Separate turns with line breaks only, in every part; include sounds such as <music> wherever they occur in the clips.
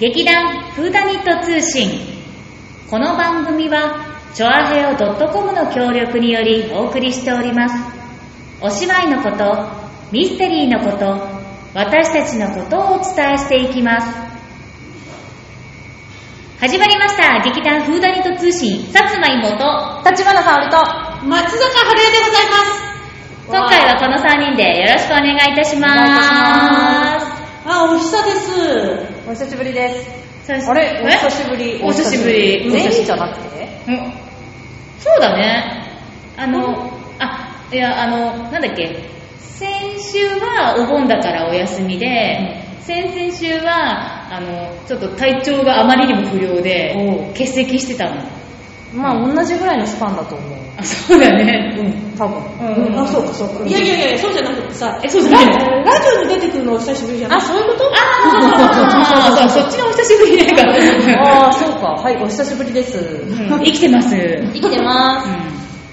劇団フーダニット通信この番組はチョアヘオ .com の協力によりお送りしておりますお芝居のことミステリーのこと私たちのことをお伝えしていきます始まりました劇団フーダニット通信薩摩妹
立花沙織と松坂春江でございます
今回はこの3人でよろしくお願いいたし
お願いいたし
ま
あお久です
お久しぶりです。
すそして
あれ
え
お久しぶり
お久しぶり
全
全
員
員
じ
じ
ゃ
ゃ
な
な
く
く
て
て
うんそうだね。あの、あ、いや、あの、なんだっけ、先週はお盆だからお休みで、先々週は、あの、ちょっと体調があまりにも不良で
お、
欠席してたの。
まあ同じぐらいのスパンだと思う。
あ、そうだね。
うん、多
うん
分。
うん
あそうかそうかいやいやいやそうじゃなくてさ
えそうじゃない
ララジオに出てくるのお久しぶりじゃない
あ、そういうこ
あ
と
あ、そう、そっちのお久しぶりなんか。
ああ、そうか。はい、お久しぶりです。
うん生きてます。うん
生きてま
ね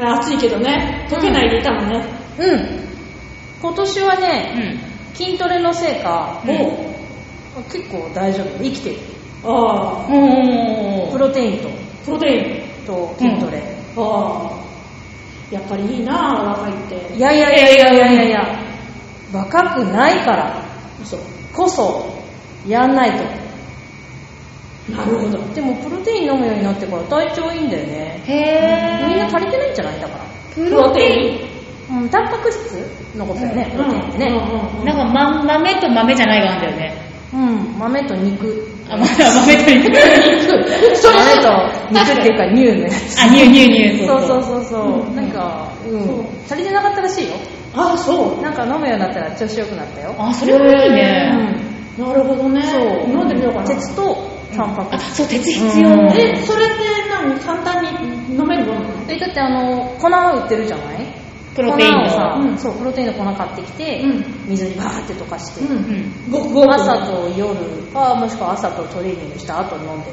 暑いけどね溶けないでいたもんね
す。うん。今年は
う
ね、
ん。
筋トレのせいか、
うん
結構大丈夫。生きてる。
ああ
お
プ
ー。
ロテインと、
プロテ
と筋トレ。
インああやっぱりいいな若いって
いやいやいやいやいやいやいや、若くないから
そう
こそ、やんないと。
なるほど
でもプロテイン飲むようになってから体調いいんだよね。
へ
みん
え。
な足りてないんじゃないだから。
プロテイ
うん、タンパク質のことだよね、プロテインってね。
ンなんか、ま、豆と豆じゃないがあんだよね。
うん、豆と肉。
<laughs>
あ、まだ豆と肉。
そう豆と肉っていうか乳のやつ。
あ、ニューニューニュー。
そうそうそうそうう。
ん
なんか、う、
そうん
足りてなかったらしいよ。
ああそ
なんか飲むようになったら調子良くなったよ。
あ、それはいいね。
う
うなるほどね
ん、そう。
飲んでみようかな
鉄とタンパク
あ、
質。
そう、鉄必要。
うん
えそれって何簡単に飲めるもんなの
え、だってあの、粉売ってるじゃない
プロテイン
粉をさ
の。
うん
そう、プロテインの粉買ってきて
うん、
水にバーって溶かして。
う
うんん。
ごご
朝と夜か、もしくは朝とトレーニングした後に飲んでる。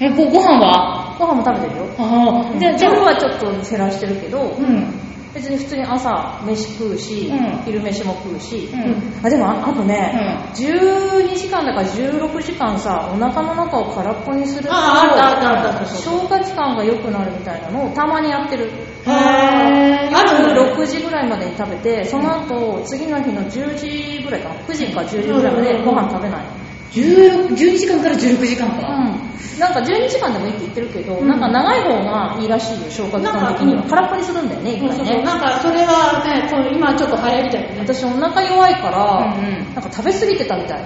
え、ご、ご飯は
ご飯も食べてるよ。
ああ、じ
で
ゃあ、じゃ
夜
あ、
はちょっと減らしてるけど、
うん。
別に普通に朝飯食うし、
うん
昼飯も食うし、
うん。
あでもああとね、
う
12時間だから16時間さお腹の中を空っぽにすると
ああったあったあったあった
消化器官が良くなるみたいなのをたまにやってる
へー
ある6時ぐらいまでに食べてその後次の日の10時ぐらいかな9時か10時ぐらいまでご飯食べない、
16 12時間から16時間か。
うん、なんか12時間でもいいって言ってるけど、
うん
なんか長い方がいいらしいよ消化器官的に
な
は
んか
空っぽにするんだよね一
そうそう
回
そう
ね
なんかそれはねこう今ちょっと流行りだよね
私お腹弱いから、
うんうん
なんか食べ過ぎてたみたい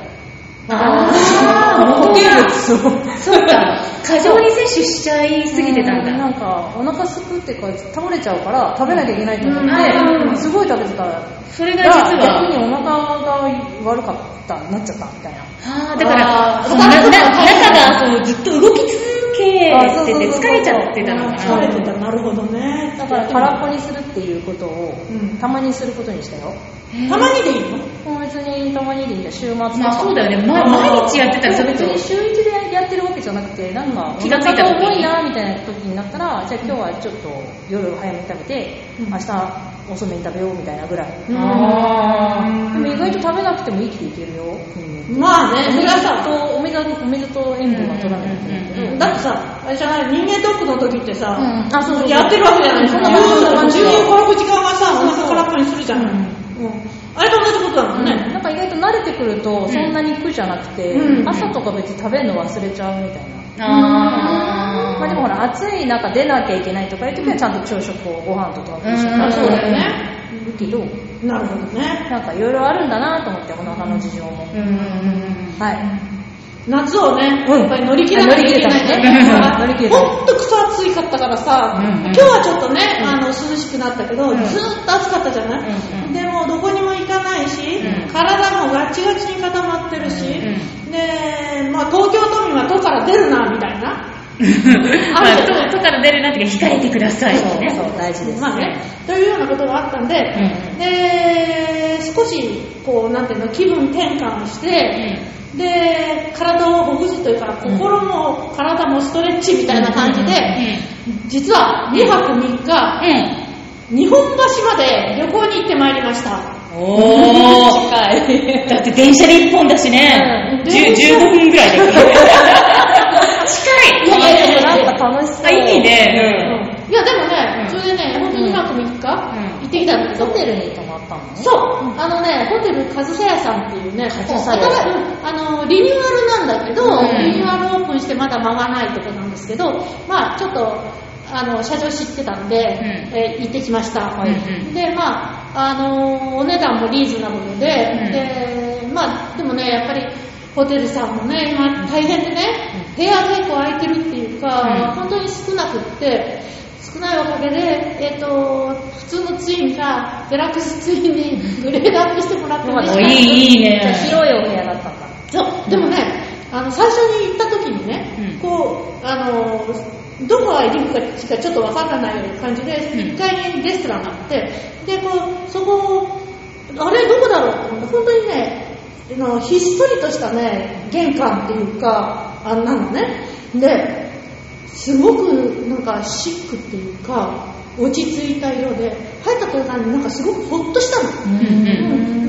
あー
固形物を
そっか、過剰に摂取しちゃいすぎてたん
うな
だ。
んかお腹すくってか倒れちゃうから食べなきゃいけないと思って、
うんうん
すごい食べてたら
それが実
逆に
は、
お腹が悪かったなっちゃったみたいな
ああ、だから、
あー
そうなな中がそうずっと動き続け
あそう
て
そう
て
そうそう
疲れちゃってたのか
疲
な
れ。てたなるほどね
だから空っぽにするっていうことを、
うん
たまにすることにしたよ
たまにでいいの
もう別にたまにでいいんだ週末とか、
まあそうだよね、ま
あー
毎日やってたらそれ
別
と。
に週一でやってるわけじゃなくてなんか
気がついた時
お
に
腹が重いなみたいな時になったらじゃあ今日はちょっと夜早めに食べて、
うん
明日遅めに食べようみたいなぐらい、
うん
でも意外と食べなくても生きていけるよ人間
まあねそれはさ
お水とお水と塩分は取らないといけないけ
う
ど、
んうんうん
だってさあれじゃない人間ドックの時ってさ、
うんあそうそう
やってるわけじゃない
そ
そ
ん
の
なも
10
んそんなもん
1516時間はさお腹空っぽにするじゃない、
うん
うんあれと同じことだもん
な
ね、
んか意外と慣れてくるとそんなに苦じゃなくて、
うん
朝とか別に食べるの忘れちゃうみたいな、
あー
まあでもほら暑い中出なきゃいけないとかいう時はちゃんと朝食をご飯とか一緒に
うん
あそうだよね
食べるけど
なるほどね
なんかいろいろあるんだなと思ってお腹の事情も、
うんうんうん
はい
夏をね、
うん
やっぱり乗り切らなきゃいけ
あ
ない
乗り切れたね乗り切れた
ほんと草暑いかったからさ、
うんうん
今日はちょっとね、あの涼しくなったけど、
うん
ずーっと暑かったじゃない、
うんうん
でもうどこにも行かないし、
うん
体もガチガチに固まってるし、
ん
で、まあ、東京都民は都から出るなみたいな
うん。
あ
あ、と、とから出るなってか控えてくださいね。
そうそう大事です、
まあね、というようなことがあったんで、
ん
で少しこうなんていうの気分転換をして、で体をほぐすというか心も体もストレッチみたいな感じで、実は2泊3日、
うん。
日本橋まで旅行に行ってまいりました。
え
おー。
近い。
だって電車で1本だしね、
うん
10 15分ぐらいだよね。近い
いやいやいや
なんか楽しそう。
あいいね。
いやでもね、
うん
それでね、本当にうまく3日、
ん
行ってきたんだけど、
ホテルに泊まったのね。
そう、あのね、ホテルカズサヤさんっていうね、ここ
カズサヤさん
新しいあのリニューアルなんだけど、
うん
リニューアルオープンしてまだ間がないとこなんですけど、まあちょっと、あの、社長知ってたんで、えー行ってきました。
はいうん
で、まあ、あの、お値段もリーズナブルで、
うん
で、まあ、でもね、やっぱり、ホテルさんもね、今大変でね、部屋結構空いてるっていうか、
うん
本当に少なくって、少ないおかげで、えっ、と、普通のツインがデラックスツインに <laughs> グレードアップしてもらって
お
嬉しかっ
いい、いい
じゃあ
ね。
広いお部屋だったんだ。
たそう、でもね、あの、最初に行った時にね、
う
こう、あの、どこが入り口かちょっとわからないような感じで、
うん
1階にレストランがあって、で、こう、そこ、あれ、どこだろうと思って、本当にね、あのひっそりとしたね、玄関っていうか、あんなのね。で、すごくなんかシックっていうか落ち着いた色で入った途端になんかすごくホッとしたの、
うんうん。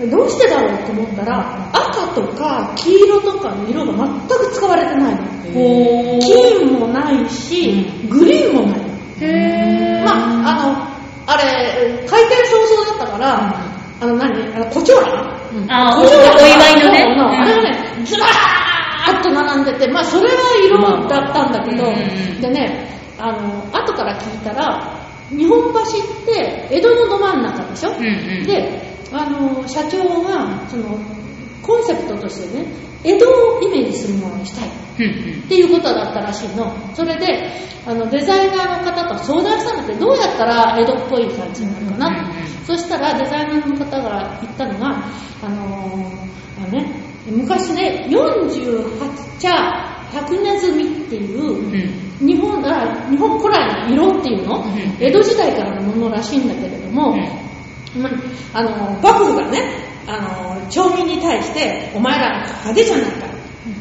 でどうしてだろうと思ったら赤とか黄色とかの色が全く使われてないの
おー。
金もないし、グリーンもない
へ
まああのあれ開店早々だったから、あの何あの胡蝶蘭
あ、
お
おお祝いのね。
あれがね、ずらーっと並んでて、まあそれは色だったんだけど、
まあうん
でね、あの、後から聞いたら、日本橋って江戸のど真ん中でしょ、
うんうん
で、あの、社長が、その、コンセプトとしてね、江戸をイメージするものにしたい。
うんうん
っていうことだったらしいのそれであのデザイナーの方と相談したんだってどうやったら江戸っぽい感じになるかな、
うんうんうん
そしたらデザイナーの方が言ったのが、あのーあのね、昔ね48茶百ネズミっていう、
うん
日本が日本古来の色っていうの、
うん
江戸時代からのものらしいんだけれども、
うん
まあの幕府がねあの町民に対してお前ら派手じゃないか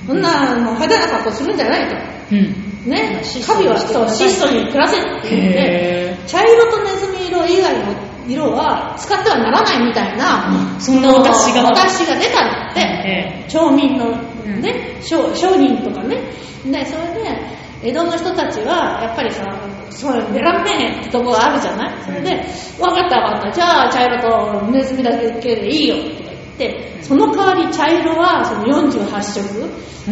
そんなあの派手な格好するんじゃないと
うん。
ね神はそう質素に暮らせって言って
へ
茶色とネズミ色以外の色は使ってはならないみたいな
ー。そんな私が。
私が出たんだって、
え
町民の
うん
ね、商商人とかねでそれで江戸の人たちはやっぱりさそういうベランメってとこがあるじゃないそれで「分かった分かったじゃあ茶色とネズミだけでいいよ」とか言ってその代わり茶色はその48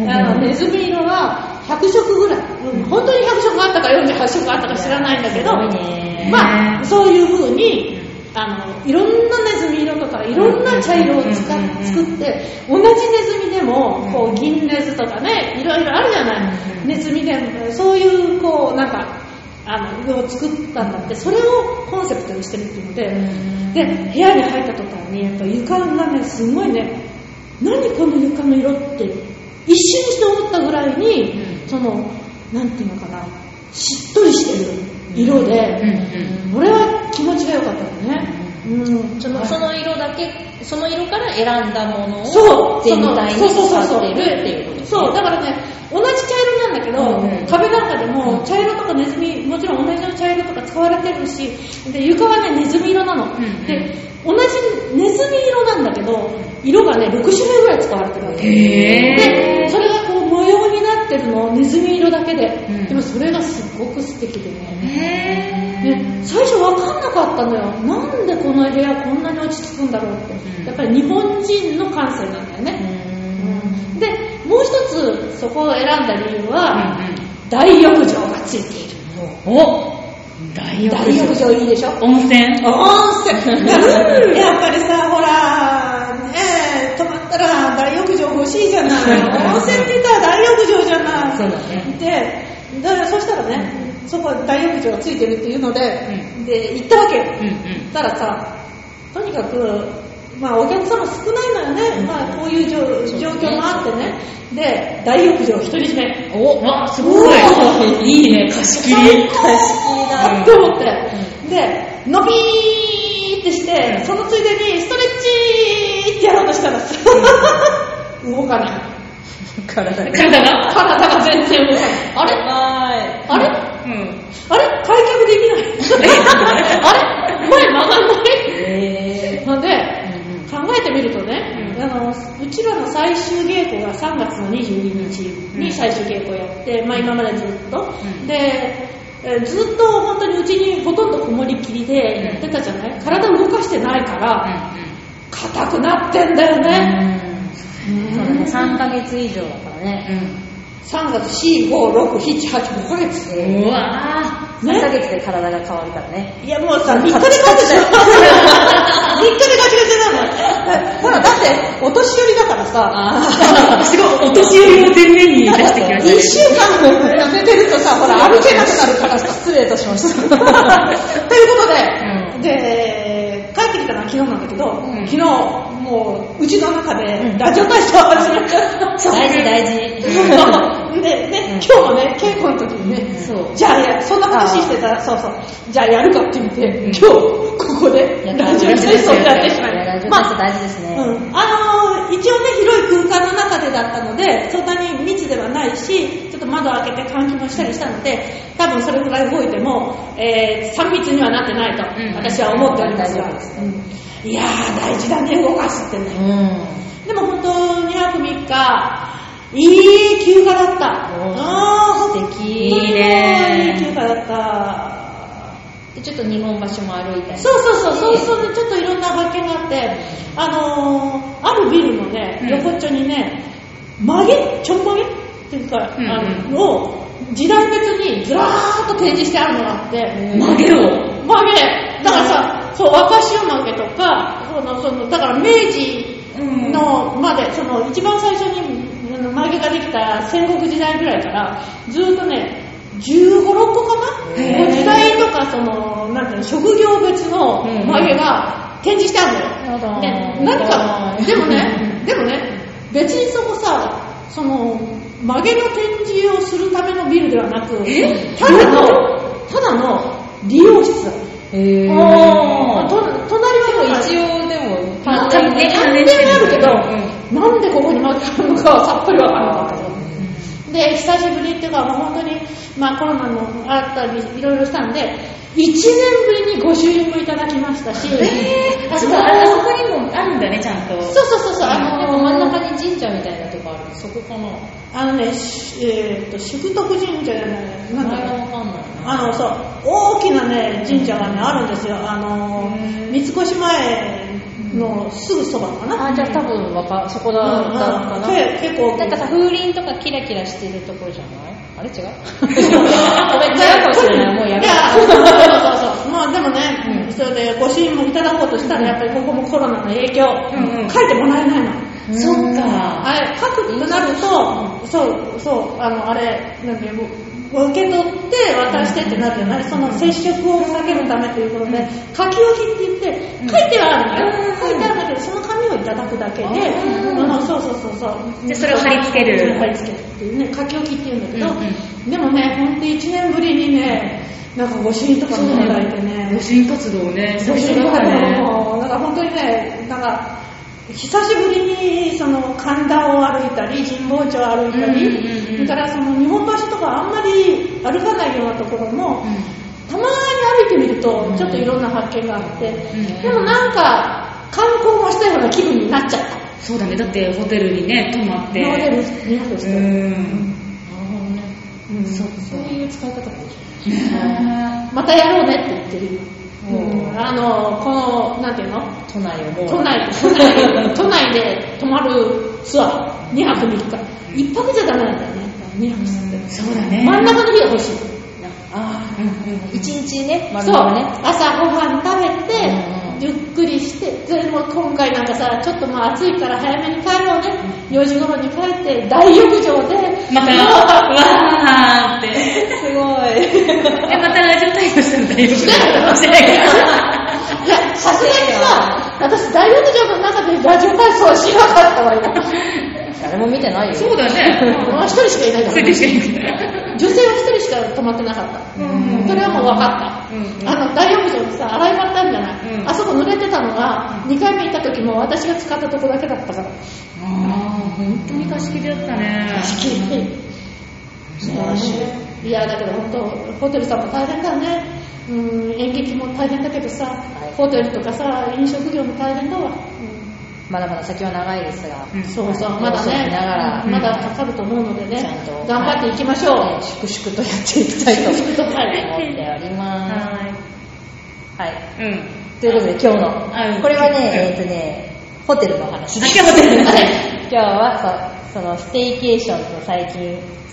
う
色、
ん
あのネズミ色は100色ぐらい、うん本当に100色あったか48色あったか知らないんだけど
すごいね
まあそういう風にあのいろんなネズミ色とかいろんな茶色を使っ
うんうんうんうん
作って同じネズミでもこう銀レズとかねいろいろあるじゃない
うん
ネズミでもそういうこうなんかあの色を作ったんだってそれをコンセプトにしてるっていうのでで部屋に入った途端にやっぱ床がねすごいね何この床の色って一瞬にして思ったぐらいに
うん
そのなんていうのかなしっとりしてる色
え
で
うん
俺は気持ちが良かったのねうん
その
はい
その色だけ、その色から選んだもの
そ
を
う、
全体に使ってるっていうこと
で
です
そう、だからね、同じ茶色なんだけど、
うんうん
壁なんかでも茶色とかネズミ、もちろん同じの茶色とか使われてるし、で床はね、ネズミ色なの。
んうん
で、同じネズミ色なんだけど、色がね、6種類ぐらい使われてるわけ。
へ
で、それがこう模様になってるの、ネズミ色だけで。
うん
でもそれがすごく素敵でね。
へ
ね、最初分かんなかったのよなんでこの部屋こんなに落ち着くんだろうって、
うん
やっぱり日本人の感性なんだよね、うんでもう一つそこを選んだ理由は、大浴場がついている
お大浴
大浴
場
場いいでしょ
温泉
温泉やっぱりさほらねえ泊まったら大浴場欲しいじゃな
温泉
出たら大浴場じゃな
そうだね
でだそしたらね、そこは大浴場がついてるっていうので、で行ったわけよ、
うん
そしたらさとにかく、まあ、お客様少ないのよね、まあ、こういう状状況もあってねで大浴場独り占め
うんおわすごいいいね貸し切り
だって思って、で伸びーってしてそのついでにストレッチってやろうとしたらさ動かない
体が。
体が
体が全然動かないあれ
はい。
あれ
うん
あれ開脚できないあれ前曲がんない
え
えてみるとね、
うん
あのうちらの最終稽古が3月の22日に最終稽古やって、まあ、今までずっと、
うん
でえーずっと本当にうちにほとんどこもりきりでやってたじゃない体動かしてないから硬くなってんだよね、
そうだね、3ヶ月以上だからね。
3月45678ヶ月
うんうわ
ね
3ヶ月で体が変わるからね。
いやもうさ3日で帰ってたよ3日でガチガチなのほらだってお年寄りだからさ
ーすごい、お年寄りを前面に出してきま
1
し
週間も痩せてるとさほら歩けなくなるからさ
失礼いたしまし
という
た。
ことで、
うん
で帰ってきたのは昨日なんだけど、
ん
昨日もううちの中でラジオ体操を始めちゃった
た。大事大事。
そうでね、今日もね、稽古の時にね、
そう
じゃあや、そんな話してたら、そうそう、じゃあやるかって言って、
ん
今日、ここで、ラジオ体操をやってしま
いやラジ
い
オ
ま
体
し
操
た。
大事ですね。
うんあのー一応ね、広い空間の中でだったので、そんなに密ではないし、ちょっと窓開けて換気もしたりしたので、多分それくらい動いても、えー、3密にはなってないと、
うん
<laughs>
私は思っておりますが、
大丈夫です
うんいやー、大事だね、動かすってね。でも本当2泊3日、いい休暇だった。
おー
あー
素敵
本当に
いいね
いい休暇だった。
で、ちょっと日本橋も歩いたり。
そうそうそう、そうするとね、ちょっといろんな発見があって、あのー、あるビルのね
う、ん
横っちょにね、曲げ、ちょん曲げっていうか、
うんうん
あの、を、時代別にずらーっと提示してあるのがあって、
曲げを。
曲げだからさ、そう若潮曲げとかそのそのだから明治のまで、その一番最初にあの曲げができた戦国時代ぐらいからずっとね1 5 6個かな
へー
時代とかそのなんていうの職業別の曲げが展示してあ
や
るのよ、
だー
で何かでも
う
ねでもね別にそこさその曲げの展示をするためのビルではなく
え
ただのただの理容室だ
<laughs> へ
お
ー。
ー
と隣は
一
一応
応でも、
まあ
関連
ね
関連はあるけど、なんでここに負けたのかはさっぱりわからなかったけどで久しぶりっていうか、まあ、本当に、まあ、コロナもあったりいろいろしたんで1年ぶりにご朱印もいただきましたし、
えー、あ
あ
そ
そ
こ
こ
あそこにもあるんだね、ちゃんと。
そうそうそうそうあの
でも真ん中に神社みたいなとこある。そこかな。
あのね、しえー、と淑徳神社じゃないなん
前がわかん
だろう
ないな。
あのそう大きなね神社がねあるんですよあの
うん
三越前のすぐそばかな、
あ、じゃあ多分わか、そこだ
うんうん
だったかな。
け結構
なんかさ、風鈴とかキラキラしてるところじゃないあれ違うごめん、違うかもしれない。もうやめ
い
よ
や、そうそうそうそう。まあでもね、
うん
それでご支援もいただこうとしたら、やっぱりここもコロナの影響、
うんうん
書いてもらえないの。
う。
そっか。
あれ、書くとなると、そう、そう、あの、あれ、なんで、受け取って渡してってなるじゃないその接触を避けるためということで、書き置きって言って、書いてはあるのよ。
うん
書いてあるんだけど、その紙をいただくだけで、
うん
あのそうそうそうそう。
でそれを貼り付ける
それを貼り付けるっていうね、書き置きっていうんだけど、
うん
でもね、ほんと1年ぶりにね、なんかご朱印とかもいただいてね、
ご主人活動ね、久
そう
しぶりだね。
もうなんか本当にね、なんか、久しぶりにその神田を歩いたり、神保町を歩いた
うんうんうんうん
り、それからその日本橋とかあんまり歩かないようなところも、たまに歩いてみると、ちょっといろんな発見があって、
ん
でもなんか、観光もしたような気分になっちゃった。
そうだね、だってホテルにね、泊まって。
今までの日本とし
う
て。
ん。
うん
そっ
そういう使い方かもし
ね
またやろうねって言ってるよ。
うん
うんあの、この、なんていうの
れない。都内をもう。
都内、都内、都内で泊まるツアー、2泊3日。1泊じゃダメなんだよね、2泊
え
して。
そうだね。
真ん中の日が欲しい。
あ
うんうん
あ、一日ね、丸
そう、
々ね。
朝ごはん食べて、
うん
ゆっくりして、それも今回なんかさ、ちょっとまあ暑いから早めに帰ろうね。4時頃に帰って、大浴場で、
また、わー <laughs> って。
すごい。
え、またラジオ体操したの大丈夫してないけ
いや、さすがにさ、私大浴場の中でラジオ体操はしなかったわ、今。
誰も見てないよ。
そうだね。
一人しかいないから
ついてきてる。
女性は一人しか泊まってなかった、
うん
それはもう分かった、
うんうん
あの大浴場でさ洗い場ってあるじゃない、
うん
あそこ濡れてたのが2回目行った時も私が使ったとこだけだったか
あ
ら
あ、本当に貸し切りだったね。
きりね
素晴らしい
いやだけど本当ホテルさんも大変だねうん演劇も大変だけどさ、
い
ホテルとかさ飲食業も大変だわ、うん
まだまだ先は長いですが、
うん
そうそう、
はい
まだ
様子を見ながら
ね、まだかかると思うのでね
ちゃんと、
頑張っていきましょう。
はい粛々とやっていきたいと思
粛々とはい
っておりま
は
す。はい。
い。うん。
ということで今日の、
はい
これはね、えっ、とね、ホテルの話です。
ホテルですね。
今日はそうそのステイケーションと最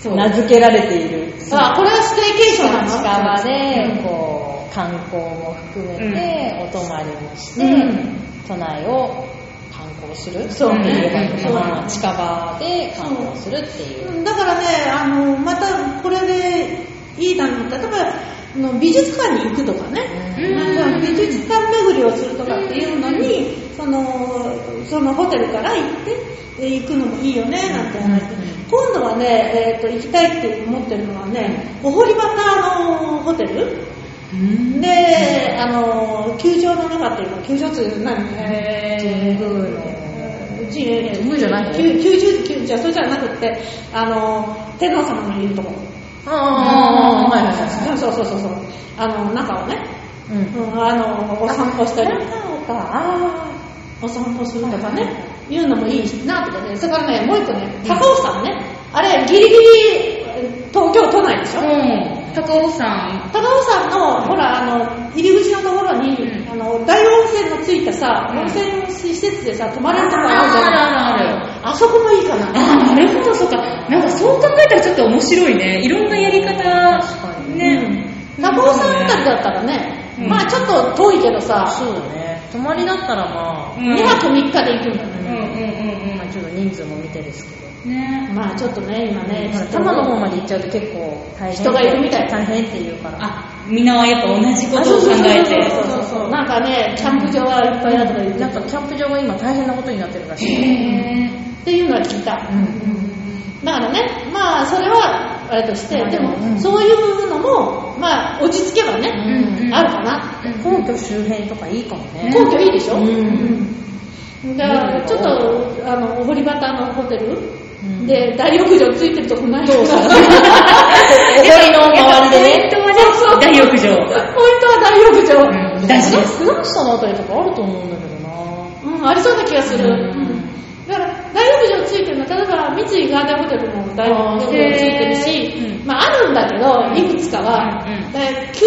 そう
近名付けられている
あ、これはステーケーションなの
近場
う
で
ん
こう観光も含めてお泊まりもして、
うん
都内を観光する
そう
って言えばいいのかな
うん
近場で観光するっていう。
うんだからね、あの、またこれでいいなの、例えばあの美術館に行くとかね、
うん
なんか美術館巡りをするとかっていうのに、その、そのホテルから行って、え行くのもいいよね、なんて話して、今度はね、えっ、と、行きたいって思ってるのはね、お堀端のホテルで、あの、球場の中っていうか、球場っていうのは何えーうちえー
神宮じゃないの
きゅう90きゅうじゃあそれじゃなくって、あの、天皇様のいるところ。
ああ、はいはいはい。
そうそうそうそうそう。あの、中をね、
うん
うんあの、お散歩したり、
か、あ
お散歩するとかね、いうのもいいなとかね。それからね、もう一個ね、高尾山ね、あれ、ギリギリ東京都内でしょ
うん。高尾山。
高尾山の、ほら、あの、入り口のところに、
うん
あの、大温泉のついたさ、
うん
温泉施設でさ、泊まれるとこあるじゃん。
あるあるあ
あそこもいいかな。
あ、なるほど、そうか。なんかそう考えたらちょっと面白いね。いろんなやり方
か、に
ね。
高尾山あたりだったらね、
うん
まあちょっと遠いけどさ、
あ、そうね。泊まりだったらまあ、
うん
2泊3日で行くんだ
うんうん
ね。
うん
まあちょっと人数も見てですけど。
うん。ね。
まあちょっとね、今ね、
多摩の方まで行っちゃうと結構大変。
人がいるみたい
大変っていうから。
あ、みんなはやっぱ同じこ
あ
と
そう
を
そ
考
うそうそう
えて。
そうそうそう。なんかね、キャンプ場はいっぱいあるとか言って
なんかキャンプ場が今大変なことになってるらしい。
へー
っていうのは聞いた。だからね、まあそれはあれとして、でも、
うん
そういうのも、まあ落ち着けばね、
うんうん
あるかな。
皇居周辺とかいいかもね。
皇居いいでしょ、
うん
だからちょっとあのお堀端のホテル、
ん
で大浴場ついてるとこない
そうそう
<laughs> ポイント
お堀の周りで
えっ
ね。
とね、大浴場。
は大浴場、
うん大事です。
フランスのあたりとかあると思うんだけどな。
うんありそうな気がする、
うん
うんだから大浴場ついてるの例えば三井ガーデンホテルも大浴場ついてる
あ
し
ーへー、うん
まあ、あるんだけどいくつかは、
うんうん
だから球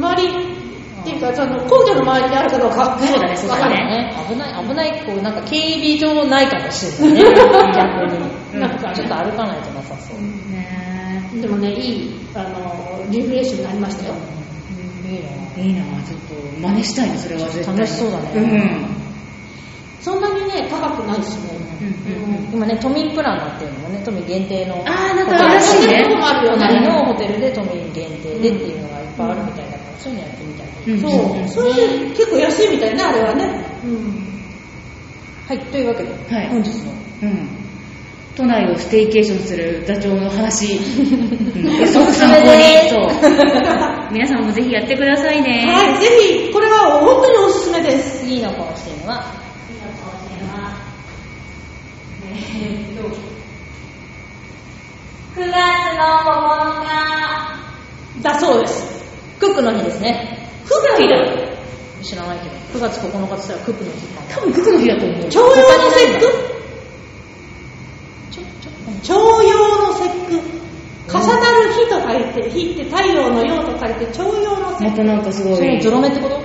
場の周りっていうかその皇居の周りであるかどうか
そうだねそうだね
わかんない
ね、危ない、危ない、こう、なんか警備上ないかもしれないね、逆
うん
に。なんかちょっと歩かないとなさそう。
ね
でもね、いい、あの、リフレッシュになりましたよ。
いい
い
ね。
いなちょっと真似したいな、それは絶対。
楽しそうだね
うん。
そんなにね、高くないしね。
うんうんうん
今ね、都民プランなっていうのもね、都民限定の。
あーなんか新しいね
ホテルもあるよ
う
ね。
ん
都内のホテルで都民限定でっていうのがいっぱいあるみたいだから、そういうのやってみたい。
うん
そう、それ結構安いみたいね、あれはね。うん。
はい、というわけで、
はい
本日の
うん。都内をステイケーションする座長の
<laughs>
話。うんすごく
おすす
参考
めで
に
す
そう。皆さんもぜひやってくださいね。
はい、ぜひ、これは本当におすすめです。
次の甲子園は、
9月の9日。
だそうです。
クックの日ですね。
クッキーだ。
知らないけど、9月9日って言ったらクックの日かな。
多分、ククの日だと思う。
徴用の節句
ちょ、ちょ、
徴用の節句。重なる日と書いて、日って太陽の陽と書いて、徴用の節
またなんかすご
それ
い。
ゾロ目ってこと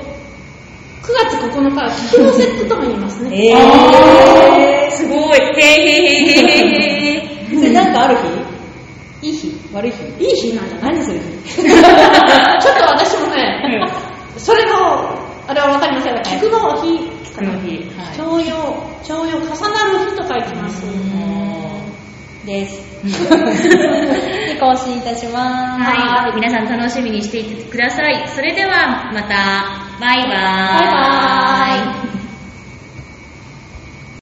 句。9月9日は菊の節句とも言います
え
ね。
ー、すごい。へーへーへーへーへーへ
<laughs> それなんかある日いい日悪い日
いい日なんじゃない
何する
<laughs>
日
ちょっと私もね、それの、あれはわかりませんが、菊の日、
ー。ククの日。はい
徴用、徴用重なる日と書いてます。
です。で、更新いたします。
はい。皆さん楽しみにしていてください。それでは、また。バイバーイ。
バイバーイ